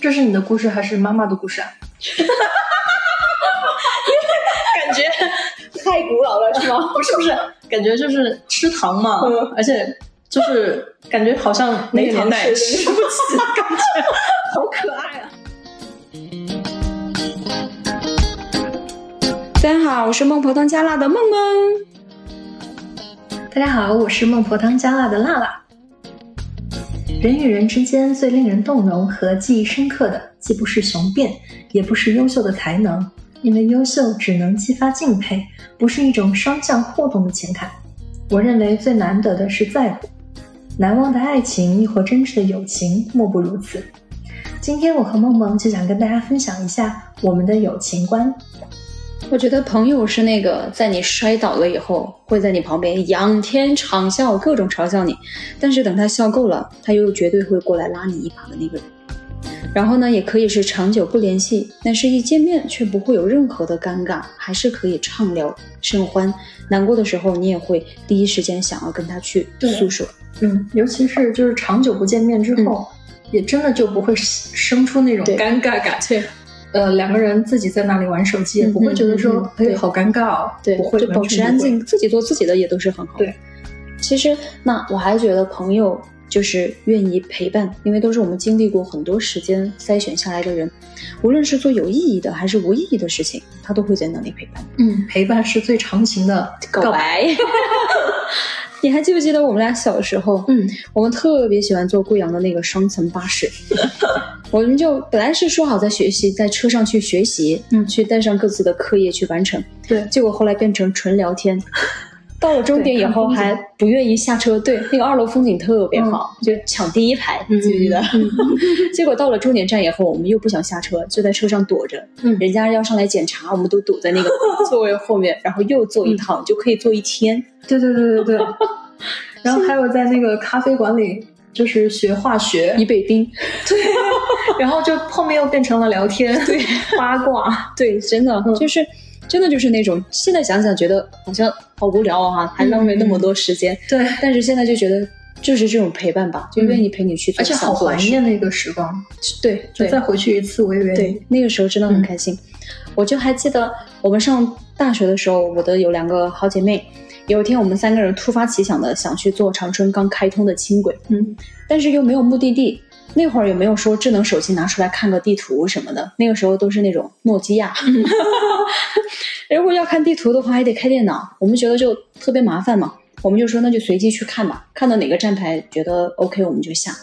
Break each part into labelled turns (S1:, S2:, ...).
S1: 这是你的故事还是妈妈的故事啊？
S2: 感觉
S3: 太古老了是吗？
S2: 不是不是，感觉就是吃糖嘛，
S3: 嗯
S2: 而且就是感觉好像那个年代
S3: 没糖吃
S2: 吃不起的感觉。
S3: 好可爱啊！大家好，我是孟婆汤加辣的梦梦。
S1: 大家好，我是孟婆汤加辣的辣辣。人与人之间最令人动容和记忆深刻的，既不是雄辩，也不是优秀的才能，因为优秀只能激发敬佩，不是一种双向互动的情感。我认为最难得的是在乎，难忘的爱情亦或真挚的友情，莫不如此。今天我和梦梦就想跟大家分享一下我们的友情观。
S3: 我觉得朋友是那个在你摔倒了以后，会在你旁边仰天长啸，各种嘲笑你，但是等他笑够了，他又绝对会过来拉你一把的那个人。然后呢，也可以是长久不联系，但是一见面却不会有任何的尴尬，还是可以畅聊甚欢。难过的时候，你也会第一时间想要跟他去
S1: 对
S3: 诉说。
S1: 嗯，尤其是就是长久不见面之后，也真的就不会生出那种
S3: 嗯对
S1: 尴尬感。
S3: 对
S1: 呃，两个人自己在那里玩手机，也
S3: 嗯
S1: 不会觉得
S3: 嗯
S1: 说
S3: 嗯，
S1: 哎
S3: 对，
S1: 好尴尬哦。
S3: 对
S1: 不，会
S3: 就保持安。静，自己做自己的也都是很好的。
S1: 对，
S3: 其实那我还觉得朋友就是愿意陪伴，因为都是我们经历过很多时间筛选下来的人，无论是做有意义的还是无意义的事情，他都会在那里陪伴。
S1: 嗯，陪伴是最长情的告白。
S3: 白。 你还记不记得我们俩小时候，
S1: 嗯，
S3: 我们特别喜欢坐贵阳的那个双层巴 士，我们就本来是说好在学习，在车上去学习，
S1: 嗯
S3: 去带上各自的课业去完成，
S1: 对
S3: 结果后来变成纯聊天。 到了终点以后
S1: 对看风景
S3: 还不愿意下车，对，那个二楼风景特别好，就抢第一排，
S1: 嗯
S3: 记不记得？ 结果到了终点站以后，我们又不想下车，就在车上躲着，
S1: 嗯
S3: 人家要上来检查，我们都躲在那个 座位后面，然后又坐一趟，就可以坐一天。
S1: 对对对对对。 然后还有在那个咖啡馆里，就是学化学，
S3: 以北冰，
S1: 然后就后面又变成了聊天，对，八卦。
S3: 对，真的、
S1: 嗯
S3: 就是，真的就是那种，现在想想觉得好像好无聊啊，还浪费那么多时间，
S1: 对，
S3: 但是现在就觉得。就是这种陪伴吧，就愿意陪你去
S1: 嗯
S3: 做
S1: 而且
S3: 想
S1: 好
S3: 做
S1: 怀
S3: 的事。
S1: 念那个时光，
S3: 对，
S1: 就
S3: 对。
S1: 再回去一次，我也愿意
S3: 对。，那个时候真的很开心。我就还记得我们上大学的时候，我的有两个好姐妹，有一天我们三个人突发奇想的想去坐长春刚开通的轻轨，
S1: 嗯，
S3: 但是又没有目的地。那会儿也没有说智能手机拿出来看个地图什么的，那个时候都是那种诺基亚。 如果要看地图的话，还得开电脑，我们觉得就特别麻烦嘛。我们就说那就随机去看吧，看到哪个站牌觉得 OK 我们就下。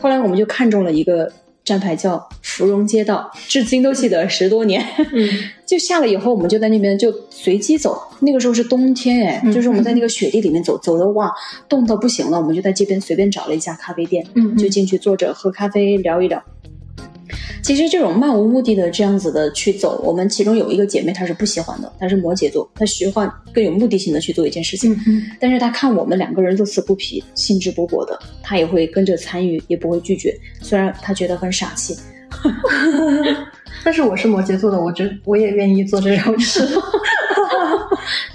S3: 后来我们就看中了一个站牌叫芙蓉街道，至今都记得十多年。
S1: 嗯，
S3: 就下了以后，我们就在那边就随机走。那个时候是冬天，哎、
S1: 嗯
S3: 就是我们在那个雪地里面走，走的哇，冻到不行了。我们就在这边随便找了一家咖啡店，
S1: 嗯嗯
S3: 就进去坐着喝咖啡聊一聊。其实这种漫无目的的这样子的去走，我们其中有一个姐妹她是不喜欢的，她是摩羯座，她喜欢更有目的性的去做一件事情。
S1: 嗯嗯
S3: 但是他看我们两个人乐此不疲、兴致勃勃的，他也会跟着参与，也不会拒绝。虽然他觉得很傻气，
S1: 但是我是摩羯座的，我觉得我也愿意做这种事。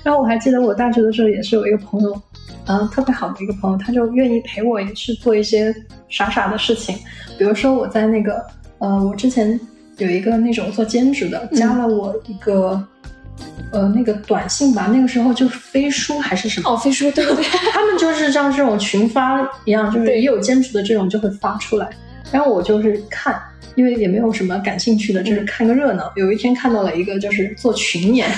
S1: 然后我还记得我大学的时候也是有一个朋友，嗯，特别好的一个朋友，他就愿意陪我也是做一些傻傻的事情，比如说我在那个呃，我之前有一个那种做兼职的，
S3: 嗯
S1: 加了我一个。呃，那个短信吧，那个时候就是飞书还是什么，
S3: 哦，飞叔，对对对，
S1: 他们就是像这种群发一样，就是
S3: 对
S1: 也有兼职的这种就会发出来，然后我就是看，因为也没有什么感兴趣的，就是
S3: 嗯
S1: 看个热闹。有一天看到了一个就是做群 演，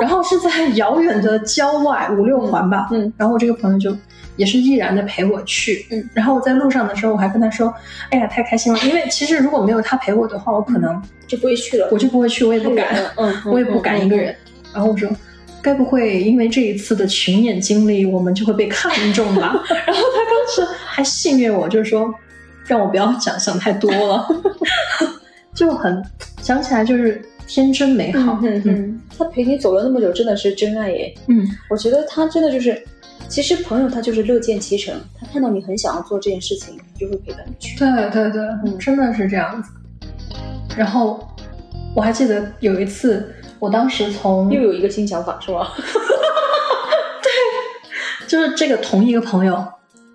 S1: 然后是在遥远的郊外五六环吧，
S3: 嗯嗯
S1: 然后我这个朋友就。也是毅然的陪我去，
S3: 嗯，
S1: 然后我在路上的时候，我还跟他说：“哎呀，太开心了！因为其实如果没有他陪我的话，我
S3: 嗯
S1: 可能
S3: 就不会去了
S1: 我就不会去，我也不敢，
S3: 嗯，
S1: 我也不敢一个人。嗯然后我说，该不会因为这一次的群演经历，我们就会被看中吧？ 然后他当时还戏谑我，就是说让我不要想想太多了， 就很想起来就是天真美
S3: 嗯。
S1: 好
S3: 好，。嗯嗯，他陪你走了那么久，真的是真爱耶！
S1: 嗯
S3: 我觉得他真的就是，其实朋友他就是乐见其成，他看到你很想要做这件事情，他就会陪伴你去。
S1: 对对对，真的是这样子。然后我还记得有一次，我当时从
S3: 又有一个新想法是吗？
S1: 就是这个同一个朋友，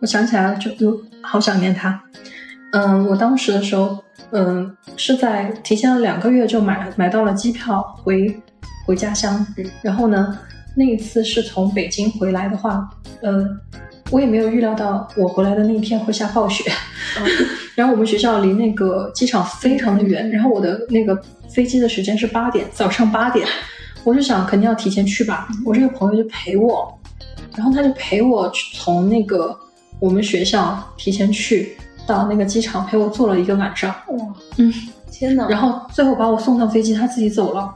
S1: 我想起来了，就就好想念他。嗯，我当时的时候嗯，是在提前了两个月就买买到了机票回回家乡。
S3: 嗯
S1: 然后呢，那一次是从北京回来的话，呃，我也没有预料到我回来的那一天会下暴雪。然后我们学校离那个机场非常的远，然后我的那个飞机的时间是八点，早上八点，我就想肯定要提前去吧。我这个朋友就陪我，然后他就陪我去从那个我们学校提前去到那个机场，陪我坐了一个晚上，
S3: 哇，
S1: 嗯，
S3: 天哪，
S1: 然后最后把我送上飞机，他自己走了。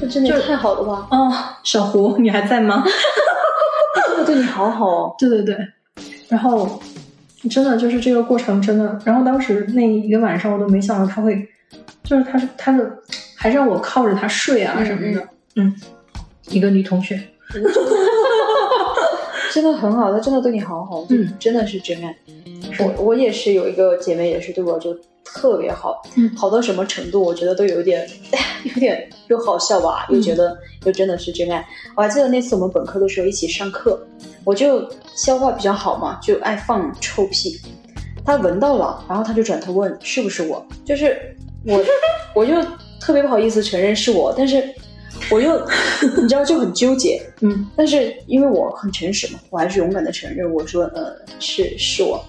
S3: 这真的也
S1: 就
S3: 太好了吧！
S1: 哦，小胡，你还在吗？
S3: 他对你好好哦，
S1: 对对对，然后真的就是这个过程真的，然后当时那一个晚上我都没想到他会，就是他是他的还让我靠着他睡啊
S3: 嗯
S1: 什么的，嗯，一个女同学，
S3: 真的很好，他真的对你好好，
S1: 嗯，
S3: 真的是真爱。
S1: 是
S3: 我我也是有一个姐妹，也是对我就特别好，
S1: 嗯
S3: 好到什么程度，我觉得都有点， 有点又好笑吧，
S1: 嗯
S3: 又觉得又真的是真爱。我还记得那次我们本科的时候一起上课，我就消化比较好嘛，就爱放臭屁，她闻到了，然后她就转头问是不是我，就是我， 我就特别不好意思承认是我，但是我又你知道就很纠结，
S1: 嗯
S3: 但是因为我很诚实嘛，我还是勇敢的承认，我说呃是是我，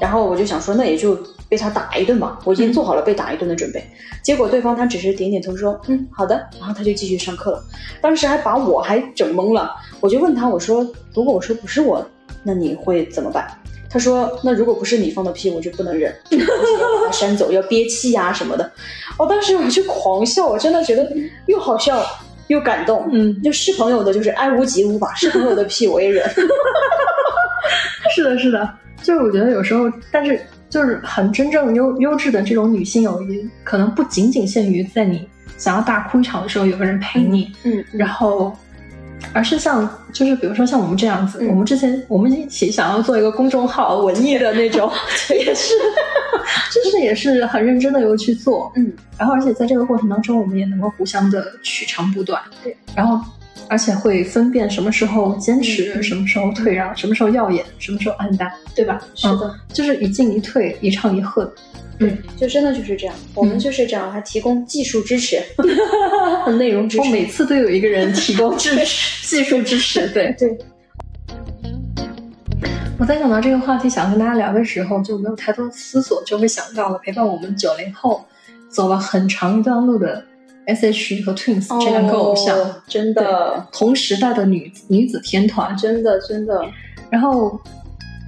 S3: 然后我就想说那也就被他打一顿吧，我已经做好了被打一顿的准备。结果对方他只是点点头说嗯好的，然后他就继续上课了。当时还把我还整懵了，我就问他我说如果我说不是我，那你会怎么办？他说：“那如果不是你放的屁，我就不能忍， 我就要把他扇走，要憋气呀、什么的。”我当时我就狂笑，我真的觉得又好笑又感动。
S1: 嗯，
S3: 就是朋友的，就是爱屋及乌吧，是朋友的屁我也忍。
S1: 是的，是的，就是我觉得有时候，但是就是很真正优优质的这种女性友谊，可能不仅仅限于在你想要大哭一场的时候有个人陪你，
S3: 嗯，
S1: 然后，而是像就是比如说像我们这样子，
S3: 嗯
S1: 我们之前我们一起想要做一个公众号，文艺的那种， 也是，就是也是很认真的有去做，
S3: 嗯，
S1: 然后而且在这个过程当中，我们也能够互相的取长补短，
S3: 对，
S1: 然后。而且会分辨什么时候坚持，
S3: 嗯
S1: 什么时候退让，什么时候耀眼，什么时候暗淡，对吧？
S3: 是
S1: 嗯，
S3: 的，
S1: 就是一进一退，一唱一和的。
S3: 嗯就真的就是这样，我们就是这样，还提供技术支 持、内容支
S1: 我
S3: 持。
S1: 每次都有一个人提供支持，技术支持， 对。
S3: 对，
S1: 我在想到这个话题想跟大家聊的时候，就没有太多的思索，就会想到了陪伴我们九零后走了很长一段路的 S.H.E 和 Twins 这两个偶像，
S3: 哦真
S1: 对
S3: 的，
S1: 同时代的女女子天团。
S3: 真的，真的，
S1: 然后，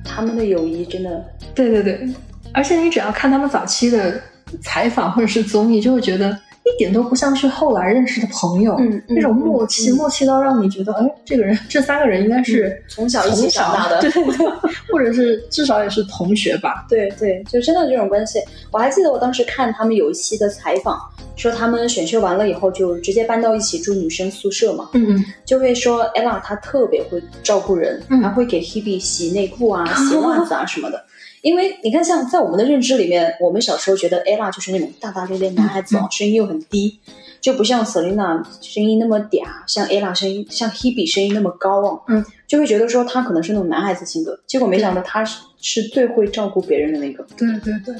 S3: 他们的友谊真的，
S1: 对对对，而且你只要看他们早期的采访或者是综艺，就会觉得一点都不像是后来认识的朋友，
S3: 嗯，
S1: 那种默契，
S3: 嗯
S1: 默契到让你觉得，哎，这个人，这三个人应该是
S3: 嗯从小一起长大的
S1: 从小对对对，或者是至少也是同学吧。
S3: 对对，就真的这种关系。我还记得我当时看他们有一期的采访，说他们选秀完了以后就直接搬到一起住女生宿舍嘛。
S1: 嗯嗯，
S3: 就会说 Ella 她特别会照顾人，
S1: 嗯
S3: 还会给 Hebe 洗内裤啊、洗袜子啊什么的。因为你看，像在我们的认知里面，我们小时候觉得 Ella 就是那种大大咧咧男孩子哦，声音又很低，就不像 Selina 声音那么嗲，像 Ella 声音像 Hebe 声音那么高哦，
S1: 嗯，
S3: 就会觉得说她可能是那种男孩子性格。结果没想到她是是最会照顾别人的那个，
S1: 对对对，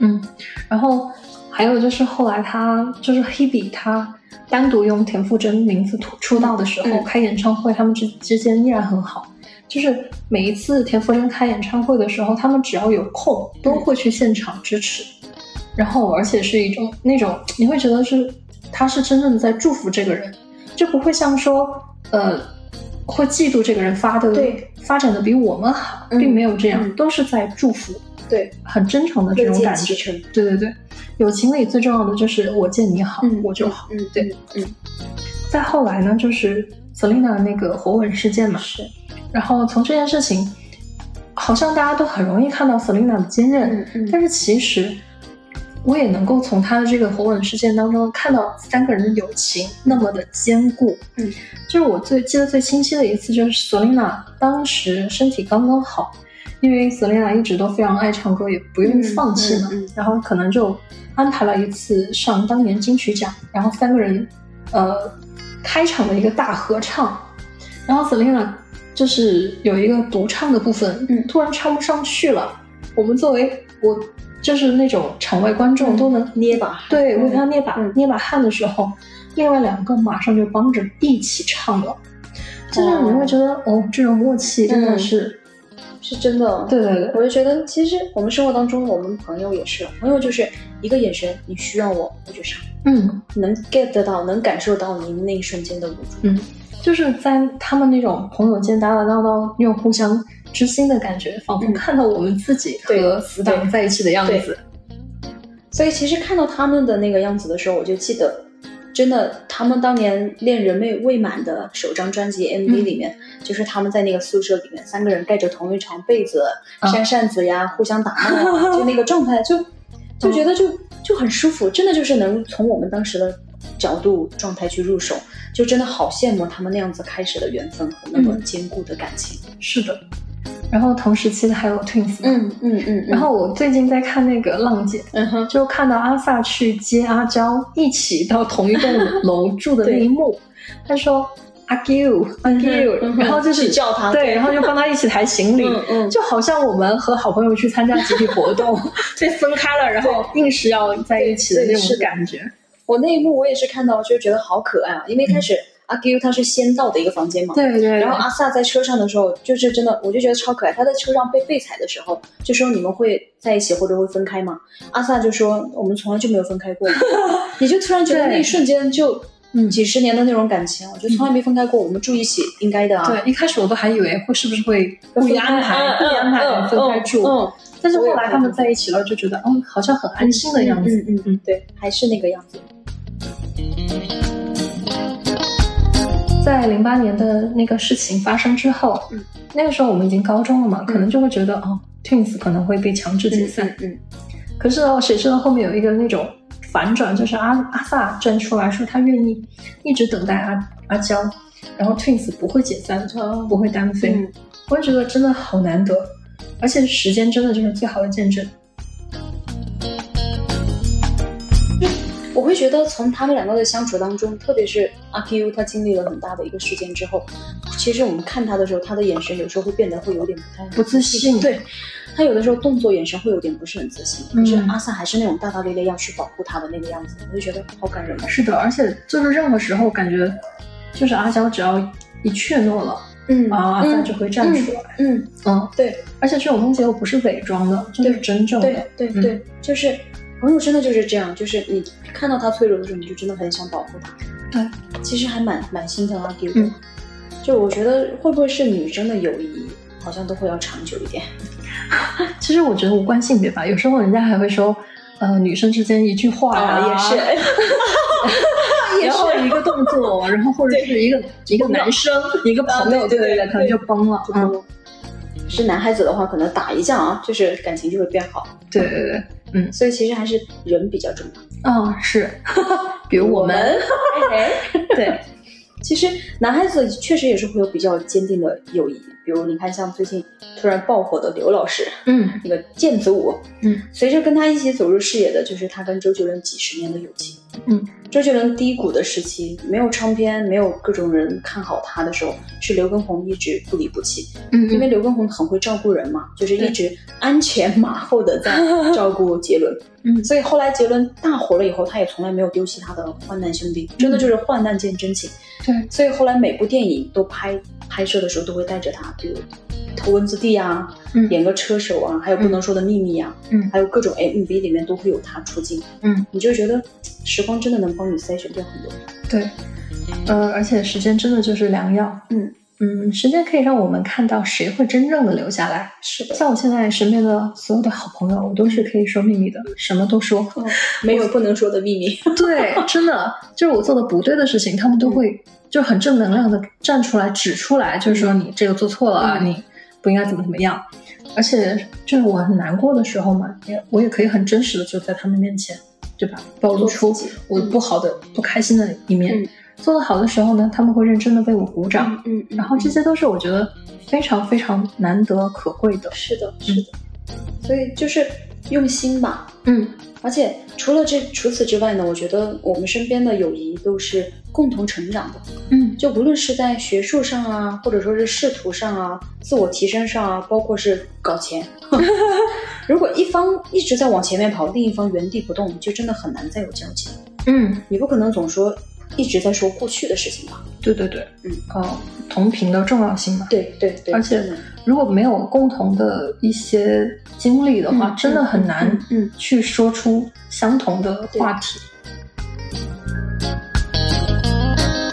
S1: 嗯。然后还有就是后来他就是 Hebe 他单独用田馥甄名字出出道的时候，
S3: 嗯
S1: 开演唱会，他们之之间依然很好。就是每一次田馥甄开演唱会的时候，他们只要有空都
S3: 嗯
S1: 会去现场支持，然后而且是一种那种你会觉得是他是真正的在祝福这个人，就不会像说呃会嫉妒这个人发的
S3: 对
S1: 发展的比我们好，
S3: 嗯
S1: 并没有这样，
S3: 嗯
S1: 都是在祝福，
S3: 对，
S1: 很真诚的这
S3: 乐
S1: 种
S3: 见
S1: 感觉。
S3: 其成。
S1: 对对对，友情里最重要的就是我见你好，
S3: 嗯
S1: 我就好。
S3: 嗯，
S1: 对，
S3: 嗯，
S1: 再后来呢，就是 Selina 那个火吻事件嘛，
S3: 是，
S1: 然后从这件事情，好像大家都很容易看到 Selina 的坚韧，
S3: 嗯嗯，
S1: 但是其实我也能够从他的这个火吻事件当中看到三个人的友情那么的坚固。
S3: 嗯，
S1: 就是我最记得最清晰的一次，就是索琳娜当时身体刚刚好，因为索琳娜一直都非常爱唱歌，也不愿意放弃嘛，
S3: 嗯嗯嗯
S1: 然后可能就安排了一次上当年金曲奖，然后三个人呃开场的一个大合唱，然后 Selina 就是有一个独唱的部分，
S3: 嗯
S1: 突然唱不上去了。我们作为我就是那种场外观众都能
S3: 捏把汗
S1: 对，
S3: 嗯
S1: 为他捏把、
S3: 嗯
S1: 捏把汗的时候，另外两个马上就帮着一起唱了，就是你会觉得哦，这种默契真
S3: 嗯
S1: 的是，
S3: 是真的。
S1: 对对对，
S3: 我就觉得，其实我们生活当中，我们朋友也是，朋友就是一个眼神，你需要我，我就上，
S1: 嗯，
S3: 能 get 得到，能感受到你那一瞬间的无助。
S1: 就是在他们那种朋友间打打闹闹又互相知心的感觉，仿佛
S3: 嗯
S1: 看到我们自己
S3: 对
S1: 和死党在一起的样
S3: 对
S1: 子。
S3: 所以其实看到他们的那个样子的时候，我就记得，真的，他们当年恋人未未满的首张专辑 MV
S1: 嗯
S3: 里面，就是他们在那个宿舍里面，三个人盖着同一床被子，
S1: 啊
S3: 扇扇子呀，互相打闹 啊，就那个状态，就就觉得就就很舒服，真的就是能从我们当时的角度状态去入手，就真的好羡慕他们那样子开始的缘分和那么
S1: 嗯
S3: 坚固的感情。
S1: 是的，然后同时期的还有 Twins，嘛
S3: 嗯嗯嗯，
S1: 然后我最近在看那个《浪姐》，
S3: 嗯哼，
S1: 就看到阿萨去接阿娇一起到同一 栋楼住的那一幕，他说阿 Q 阿 Q，然后就是
S3: 去叫他
S1: 对，然后就帮他一起抬行李。
S3: 嗯 嗯，
S1: 就好像我们和好朋友去参加集体活 动，被分开了，然后硬是要在一起的那
S3: 对是
S1: 种
S3: 的
S1: 感觉。
S3: 我那一幕我也是看到，就觉得好可爱啊！因为一开始阿 Q 他是先到的一个房间
S1: 嗯
S3: 嘛，
S1: 对对对
S3: 然后阿萨在车上的时候，就是真的，我就觉得超可爱。他在车上被被踩的时候，就说你们会在一起或者会分开吗？阿萨就说我们从来就没有分开过， 你就突然觉得
S1: 对
S3: 那一瞬间就。
S1: 嗯
S3: 几十年的那种感情，我觉得从来没分开过，我们住一起应该的啊。
S1: 对，一开始我都还以为会是不是会嗯故意安排，故意安排分开住，
S3: 嗯嗯
S1: 但是后来他们在一起了，就觉得嗯，好像很安心的样子。
S3: 嗯嗯嗯，对，还是那个样子。
S1: 在零八年的那个事情发生之后，
S3: 嗯
S1: 那个时候我们已经高中了嘛，可能就会觉得哦，Twins 可能会被强制解散。
S3: 嗯
S1: 可是哦，谁知道后面有一个那种反转，就是阿阿萨站出来说他愿意一直等待阿阿娇，然后 Twins 不会解散，
S3: 哦
S1: 不会单飞。
S3: 嗯
S1: 我也觉得真的好难得，而且时间真的就是最好的见证。
S3: 我会觉得从他们两个的相处当中，特别是阿 Q 他经历了很大的一个事件之后，其实我们看他的时候，他的眼神有时候会变得会有点不太
S1: 不自信
S3: 对他有的时候动作眼神会有点不是很自信，
S1: 嗯
S3: 可是阿萨还是那种大大咧咧要去保护他的那个样子，我就觉得好感人啊。
S1: 是的，而且就是任何时候感觉，就是阿娇只要一怯懦了，
S3: 嗯
S1: 啊，阿萨就会站出来。
S3: 嗯，
S1: 嗯，
S3: 对
S1: 而且这种东西又不是伪装的，就是
S3: 对
S1: 真正
S3: 对
S1: 的。
S3: 对
S1: 嗯
S3: 对，就是朋友真的就是这样，就是你看到他脆弱的时候，你就真的很想保护他。
S1: 对，
S3: 其实还蛮蛮心疼阿 Q 的，
S1: 嗯
S3: 就我觉得会不会是女生的友谊好像都会要长久一点。
S1: 其实我觉得无关性别吧，有时候人家还会说，呃，女生之间一句话
S3: 啊，也是，
S1: 然后一个动作， 然后或者是一个一个男生一个朋友，
S3: 对对啊
S1: 对
S3: 对
S1: 可能就崩了。嗯，
S3: 是 男孩子的话，可能打一架啊，就是感情就会变好。
S1: 嗯对对对，
S3: 所以其实还是人比较重要。
S1: 嗯，是， 比如我们，对，
S3: 其实男孩子确实也是会有比较坚定的友谊，比如你看像最近突然爆火的刘老师，
S1: 嗯
S3: 那个毽子舞，
S1: 嗯，
S3: 随着跟他一起走入视野的就是他跟周杰伦几十年的友情，
S1: 嗯，
S3: 周杰伦低谷的时期，没有唱片，没有各种人看好他的时候，是刘畊宏一直不离不弃，
S1: 嗯，
S3: 因为刘畊宏很会照顾人嘛，就是一直鞍前马后的在照顾杰伦，
S1: 嗯
S3: 所以后来杰伦大火了以后，他也从来没有丢弃他的患难兄弟，真的就是患难见真情。
S1: 对，
S3: 所以后来每部电影都拍拍摄的时候都会带着他，比如《头文字 D》啊，
S1: 嗯
S3: 演个车手啊，还有《不能说的秘密》啊，
S1: 嗯
S3: 还有各种 MV 里面都会有他出镜，
S1: 嗯，
S3: 你就觉得嘖时光真的能帮你筛选掉很多，
S1: 对，呃，而且时间真的就是良药。
S3: 嗯
S1: 嗯，时间可以让我们看到谁会真正的留下来。
S3: 是的，
S1: 像我现在身边的所有的好朋友，我都是可以说秘密的，什么都说。
S3: 没有不能说的秘密，
S1: 对，真的就是我做的不对的事情，他们都会就很正能量的站出来指出来，就是说你这个做错了啊，
S3: 嗯
S1: 你不应该怎么怎么样。而且就是我很难过的时候嘛，也我也可以很真实的就在他们面前，对吧？暴露出
S3: 做自己
S1: 我不好的、不开心的一面。
S3: 嗯
S1: 做得好的时候呢，他们会认真的为我鼓掌，
S3: 嗯，
S1: 然后这 些都是我觉得非常非常难得可贵的。
S3: 是的，是的。所以就是用心吧。
S1: 嗯
S3: 而且除了这除此之外呢，我觉得我们身边的友谊都是共同成长的，
S1: 嗯
S3: 就无论是在学术上啊，或者说是仕途上啊、自我提升上啊，包括是搞钱。 如果一方一直在往前面跑，另一方原地不动，就真的很难再有交集。
S1: 嗯，
S3: 你不可能总说一直在说过去的事情吧？
S1: 对对对，
S3: 嗯
S1: 哦，同频的重要性嘛。
S3: 对对对，
S1: 而且
S3: 真的
S1: 如果没有共同的一些经历的话，
S3: 嗯
S1: 真的很难
S3: 嗯嗯
S1: 去说出相同的话题。
S3: 嗯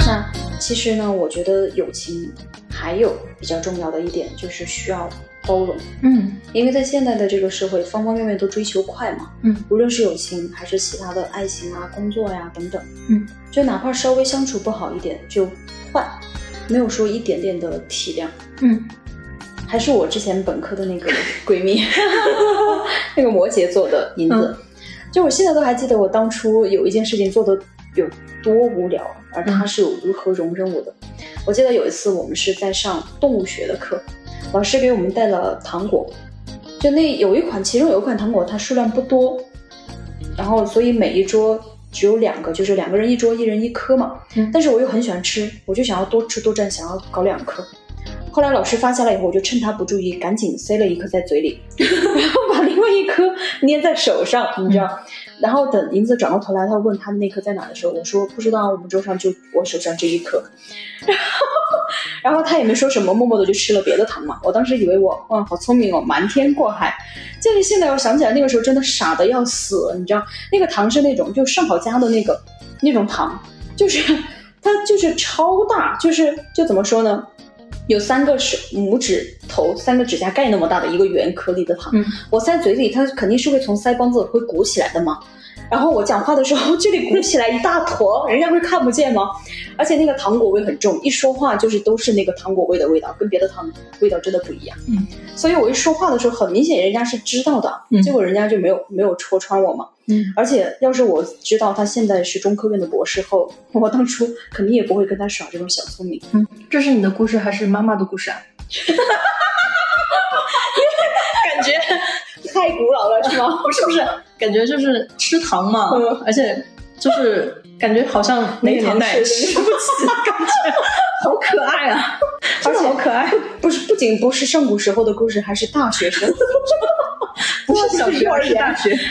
S3: 那其实呢，我觉得友情还有比较重要的一点就是需要包容，
S1: 嗯
S3: 因为在现在的这个社会，方方面面都追求快嘛，
S1: 嗯，
S3: 无论是友情还是其他的爱情啊、工作呀、等等，
S1: 嗯，
S3: 就哪怕稍微相处不好一点就换，没有说一点点的体谅。
S1: 嗯
S3: 还是我之前本科的那个闺蜜， 那个摩羯座的银子。就我现在都还记得，我当初有一件事情做的有多无聊，而她是有如何容忍我的。我记得有一次我们是在上动物学的课，老师给我们带了糖果，就那有一款，其中有一款糖果它数量不多，然后所以每一桌只有两个，就是两个人一桌，一人一颗嘛。
S1: 嗯
S3: 但是我又很喜欢吃，我就想要多吃多占，想要搞两颗。后来老师发现了以后，我就趁他不注意，赶紧塞了一颗在嘴里，然后把另外一颗捏在手上，你知道。然后等银子转过头来，他问他那颗在哪的时候，我说不知道，我们桌上就我手上这一颗。 然后他也没说什么，默默的就吃了别的糖嘛。我当时以为我，哇，好聪明哦，瞒天过海。结果现在我想起来，那个时候真的傻的要死，你知道，那个糖是那种就上好佳的那个那种糖，就是它就是超大，就是就怎么说呢？有三个手拇指头，三个指甲盖那么大的一个圆颗粒的糖，
S1: 嗯
S3: 我塞嘴里，它肯定是会从腮帮子会鼓起来的嘛。然后我讲话的时候， 这里鼓起来一大坨，人家会看不见吗？而且那个糖果味很重，一说话就是都是那个糖果味的味道，跟别的糖味道真的不一样。
S1: 嗯，
S3: 所以我一说话的时候，很明显人家是知道的，
S1: 嗯
S3: 结果人家就没有没有戳穿我嘛。
S1: 嗯
S3: 而且要是我知道他现在是中科院的博士后，我当初肯定也不会跟他耍这种小聪明。
S1: 这是你的故事还是妈妈的故事啊？
S2: 感觉
S3: 太古老了，是吗？
S2: 不是不 是，感觉就是吃糖嘛
S3: 嗯，
S2: 而且就是感觉好像那
S3: 没
S2: 个
S3: 糖
S2: 年代
S3: 吃，吃不起，
S2: 好可爱啊，
S3: 而且
S2: 好可爱，
S3: 不是，不仅不是上古时候的故事，还是大学生，
S2: 不是小学
S3: 幼儿
S2: 而是
S3: 园
S2: 大学，好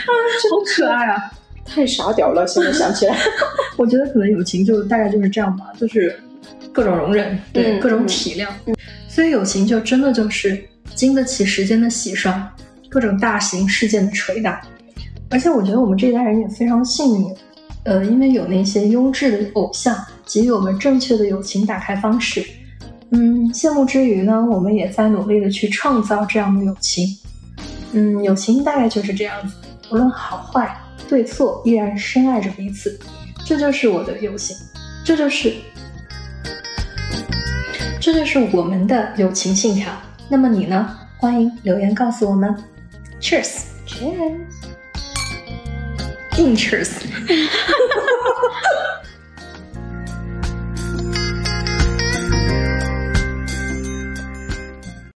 S2: 可爱啊！
S3: 太傻屌了。现在 想起来，
S1: 我觉得可能友情就大概就是这样吧，就是各种容忍，对、
S3: 嗯
S1: 各种体谅，所以友情就真的就是经得起时间的洗刷，各种大型事件的捶打，而且我觉得我们这一代人也非常幸运，呃，因为有那些优质的偶像给予我们正确的友情打开方式，嗯，羡慕之余呢，我们也在努力的去创造这样的友情，嗯，友情大概就是这样子，无论好坏对错，依然深爱着彼此。这就是我的友情，这就是，这就是我们的友情信条。那么你呢？欢迎留言告诉我们。Cheers，硬 Cheers。